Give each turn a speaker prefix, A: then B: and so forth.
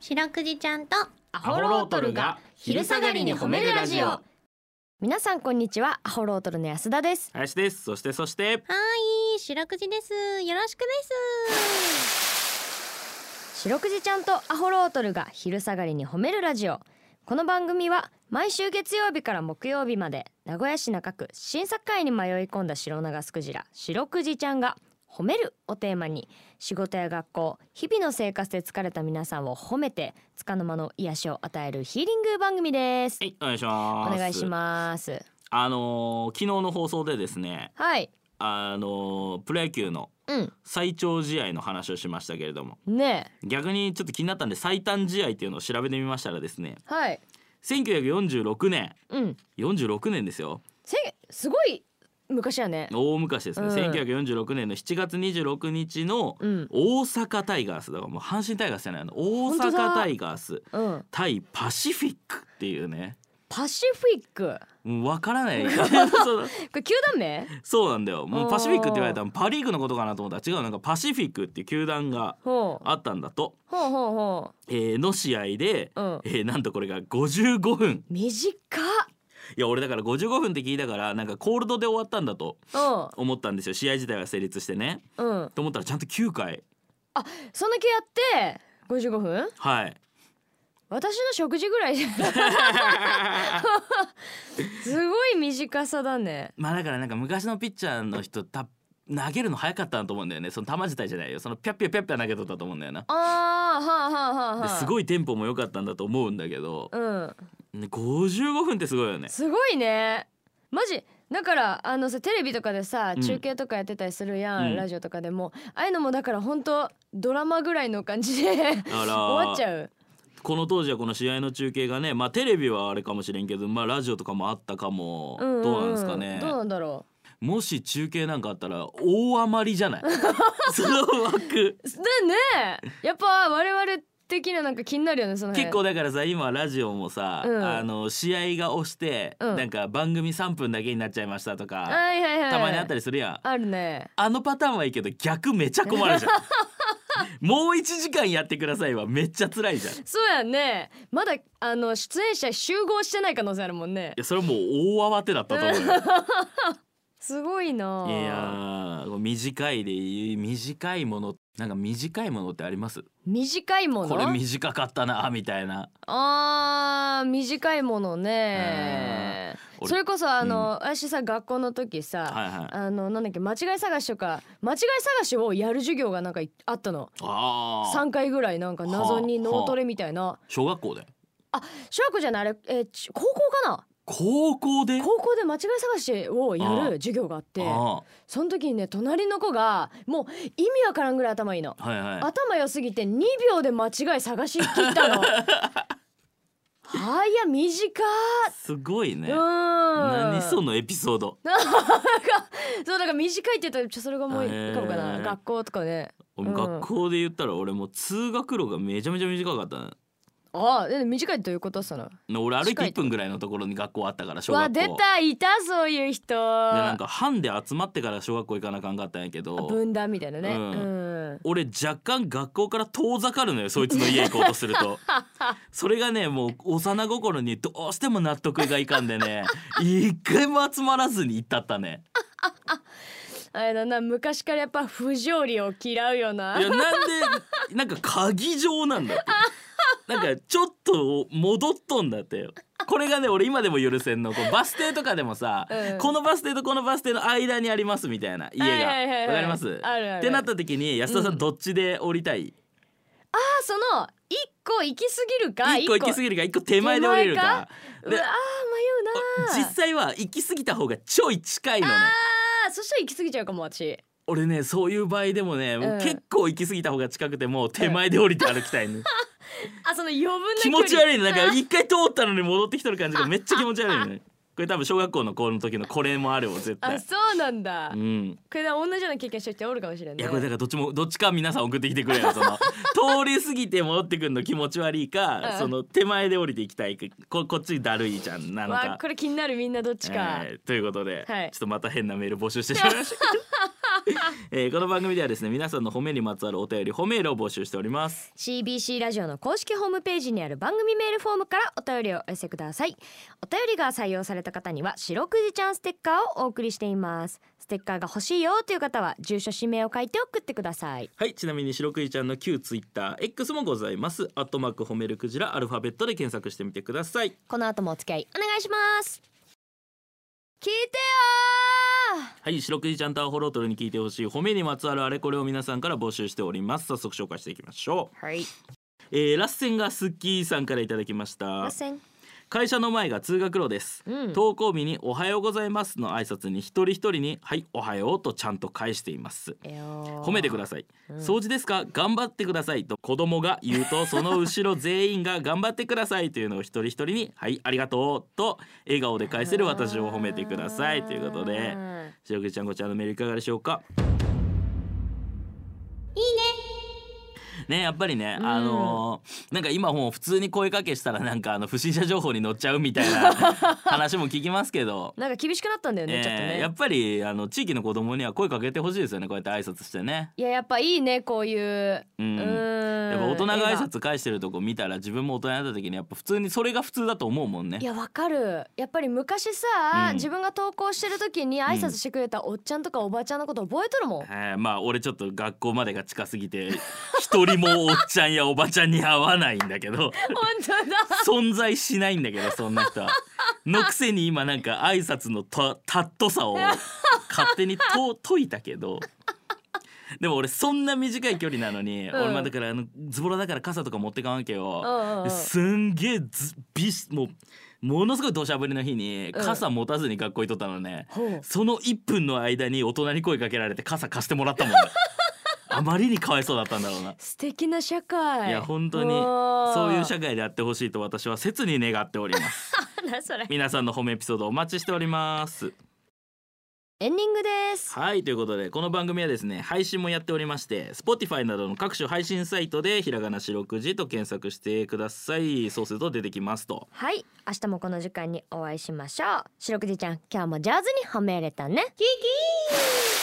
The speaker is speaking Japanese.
A: 白くじちゃんとア
B: ホロートルが昼下がりに褒めるラジオ
C: 皆さんこんにちはアホロートルの安田です
B: 林ですそしてそして
A: はい白くじですよろしくです
C: 白くじちゃんとアホロートルが昼下がりに褒めるラジオこの番組は毎週月曜日から木曜日まで名古屋市中区新作会に迷い込んだ白長スクジラ白くじちゃんが褒めるをテーマに仕事や学校日々の生活で疲れた皆さんを褒めて束の間の癒しを与えるヒーリング番組です
B: はいお願いします
C: お願いします
B: あのー昨日の放送でですね
C: はい
B: あのープロ野球の
C: うん
B: 最長試合の話をしましたけれども
C: ねえ
B: 逆にちょっと気になったんで最短試合っていうのを調べてみましたらですね
C: はい
B: 1946年
C: うん
B: 46年ですよ
C: せすごい昔やね
B: 大昔ですね、
C: うん
B: 1946年の7月26日の
C: うん
B: 大阪タイガースだからもう阪神タイガースじゃないの大
C: 本当だ
B: 阪タイガース
C: うん
B: 対パシフィックっていうね
C: パシフィック
B: もう分からない そう
C: これ球団名
B: そうなんだよも
C: お
B: う
C: ー
B: パシフィックって言われたらパ・リーグのことかなと思ったら違うなんかパシフィックっていう球団が
C: ほう
B: あったんだと、
C: ほうほうほ
B: えーの試合で、
C: ううん
B: えーなんとこれが55分
C: 短
B: いや俺だから55分って聞いたからなんかコールドで終わったんだと
C: っ
B: 思ったんですよ試合自体が成立してね
C: うんうん
B: と思ったらちゃんと9回
C: そんだけやって55分
B: はい
C: 私の食事ぐらい じゃんすごい短さだね
B: まあだからなんか昔のピッチャーの人た投げるの早かったなと思うんだよねその球自体じゃないよそのピャッピャピャッピャ投げとったと思うんだよな
C: あーはあはあはあはあ
B: です
C: い
B: ごいテンポも良かったんだと思うんだけど、
C: うん
B: ね55分ってすごいよね
C: すごいねマジだからあのさテレビとかでさ
B: うん
C: 中継とかやってたりするやん、
B: うん
C: ラジオとかでもああいうのもだから本当ドラマぐらいの感じで 終
B: だから
C: わっちゃう
B: この当時はこの試合の中継がねまあテレビはあれかもしれんけどまあラジオとかもあったかも、
C: んんん
B: どうなんですかね
C: どうなんだろ
B: もし中継なんかあったら大余りじ ゃないその枠
C: うだねやっぱ我々的ななんか気になるよねその辺
B: 結構だからさ今ラジオもさ、
C: うん
B: あの試合が押して、
C: うん
B: なんか番組3分だけになっちゃいましたとか、
C: はいはいはい
B: たまにあった
C: り
B: りするやん
C: あるね
B: あのパターンはいいけど逆めちゃ困るじゃん もう1時間やってくださいはめっちゃ辛いじゃんい
C: そうやねまだあの出演者集合してない可能性あるもんね
B: やそれもう大慌てだったと思うよ
C: すごいない
B: やー短いでいい短いものなんか短いものってあります
C: 短いもの
B: これ短かったなみたいな
C: あー短いものね
B: うん俺
C: それこそあの、私さ学校の時さ、
B: はいはい
C: あのなんだっけ間違い探しとか間違い探しをやる授業がなんかいあったの
B: あー
C: 3回ぐらいなんか謎に
B: はあ
C: 脳トレみたいな
B: 小学校で
C: 小学校じゃないあれ、えーち高校かな
B: 高校で
C: 高校で間違い探しをやる授業があって
B: あ
C: その時にね隣の子がもう意味わからんぐらい頭いいの
B: ーはいはい
C: 頭良すぎて2秒で間違い探し切った のはいや短っ
B: すごいね
C: うーん
B: 何そ
C: の
B: のエピソード
C: そうだから短いって言ったらちょそれがもういい
B: へー
C: かもかな学校とかね
B: 俺
C: うん
B: 学校で言ったら俺もう通学路がめちゃめちゃ短かった
C: ああで短いってどういうことその
B: の俺歩いて
C: 近い
B: 1分ぐらいのところに学校あったから小学
C: わ
B: 校
C: 出たいたそういう人
B: でなんか班で集まってから小学校行かなあかんかったんやけど
C: 分断みたいなね
B: う
C: うんん、
B: 俺若干学校から遠ざかるのよそいつの家行こうとす るとそれがねもう幼心にどうしても納得がいかんでね一回も集まらずに行ったったね
C: あれだな昔からやっぱ不条理を嫌うよない
B: やなんでなんか鍵状なんだってなんかちょっと戻っとんだってよこれがね俺今でも許せんのこうバス停とかでもさ、
C: うん
B: このバス停とこのバス停の間にありますみたいな家がわ、
C: はいはいはいはい
B: かります
C: あるある
B: ってなった時に安田さんどっちで降りたい、
C: あその1個行き過ぎるか
B: 一個行き過
C: ぎ
B: ぎるか一個手前で降りるか
C: う
B: で
C: わあ迷うな
B: 実際は行き過ぎた方がちょい近いのね
C: あーそしたら行き過ぎちゃうかも私
B: 俺ねそういう場合でもね、もう
C: うん
B: 結構行き過ぎた方が近くてもう手前で降りて歩きたいね、
C: あその余分な
B: 気
C: 距
B: 持
C: 離
B: ち悪いねなんか一回通ったのに戻ってきとる感じがめっちゃ気持ち悪いねこれ多分小学校の子の時のこれもあるわ絶
C: あ
B: 対
C: そうなんだ、
B: うん
C: これだ同じような経験してる人おるかもしれない
B: いやこれだからどっちもどっちか皆さん送ってきてくれよそ の通り過ぎて戻ってくるの気持ち悪いか、
C: うん
B: その手前で降りていきたいかここっちだるいじゃんなの
C: わ
B: か
C: あこれ気になるみんなどっちか、
B: えーということで、
C: はい
B: ちょっとまた変なメール募集してしまいましたえーこの番組ではですね皆さんの褒めにまつわるお便り褒めるを募集しております
C: CBC ラジオの公式ホームページにある番組メールフォームからお便りをお寄せくださいお便りが採用された方には「白くじちゃんステッカー」をお送りしていますステッカーが欲しいよという方は住所氏名を書いて送ってください
B: はいちなみに白くじちゃんの旧ツイッター X もございますアットマーク褒めるクジラアルファベットで検索してみてください
C: この後もお付き合いお願いします聞いてよー
B: はい白くじちゃんとアホロートルに聞いてほしい褒めにまつわるあれこれを皆さんから募集しております早速紹介していきましょ
C: はい、
B: う、えー、ラッセンがスッキーさんからいただきました
C: せん
B: 会社の前が通学路です、
C: うん
B: 登校日におはようございますの挨拶に一人一人にはいおはようとちゃんと返しています褒
C: 褒
B: めてくだ
C: さ
B: さい、
C: うん
B: 掃除ですか頑張ってくださいと子供が言うとその後ろ全員が頑張ってくださいというのを一人一人にはいありがとうと笑顔で返せる私を褒めてくださいということで白くじちゃんこちらのメールいかがでしょうかいいねねやっぱりね、
C: うん
B: あのーなんか今もう普通に声かけしたらなんかあの不審者情報に乗っちゃうみた いな話も聞きますけど、
C: なんか厳しくなったんだよね、ちょっと
B: えー
C: ね
B: やっぱりあの地域の子供には声かけてほしいですよねこうやって挨拶してね。
C: いややっぱいいねこういう
B: うん
C: や
B: やっぱ大人が挨拶返してるとこ見たら自分も大人になった時にやっぱ普通にそれが普通だと思うもんね
C: い。やわかるやっぱり昔さ、
B: うん
C: 自分が登校してる時に挨拶してくれたおっちゃんとかおばあちゃんのこと覚えとる もん、
B: えーまあ俺ちょっと学校までが近すぎて一人もおっちゃんやおばちゃんに会わないんだけど
C: 本当だ
B: 存在しないんだけどそんな人 は。のくせに今なんか挨拶のたたっとさを勝手にと解いたけど。でも俺そんな短い距離なのに、
C: うん
B: 俺まあだからあのズボラだから傘とか持ってかんわけよ。
C: うんうんうん
B: すんげえずびしもうものすごい土砂降りの日に
C: うん
B: 傘持たずに学校行っとったのね、
C: ほう
B: その1分の間に大人に声かけられて傘貸しても らったもんねあまりにかわいそうだったんだろうな、
C: 素敵な社会
B: いや本当にそういう社会であってほしいと私は切に願っております
C: 会 なそれ
B: 皆さんの褒めエピソードお待ちしております
C: エンディングです
B: はいということでこの番組はですね配信もやっておりまして Spotify などの各種配信サイトでひらがな四六時と検索してくださいそうすると出てきますと
C: はい明日もこの時間にお会いしましょう白くじちゃん今日もジャズに褒め入れたねキキー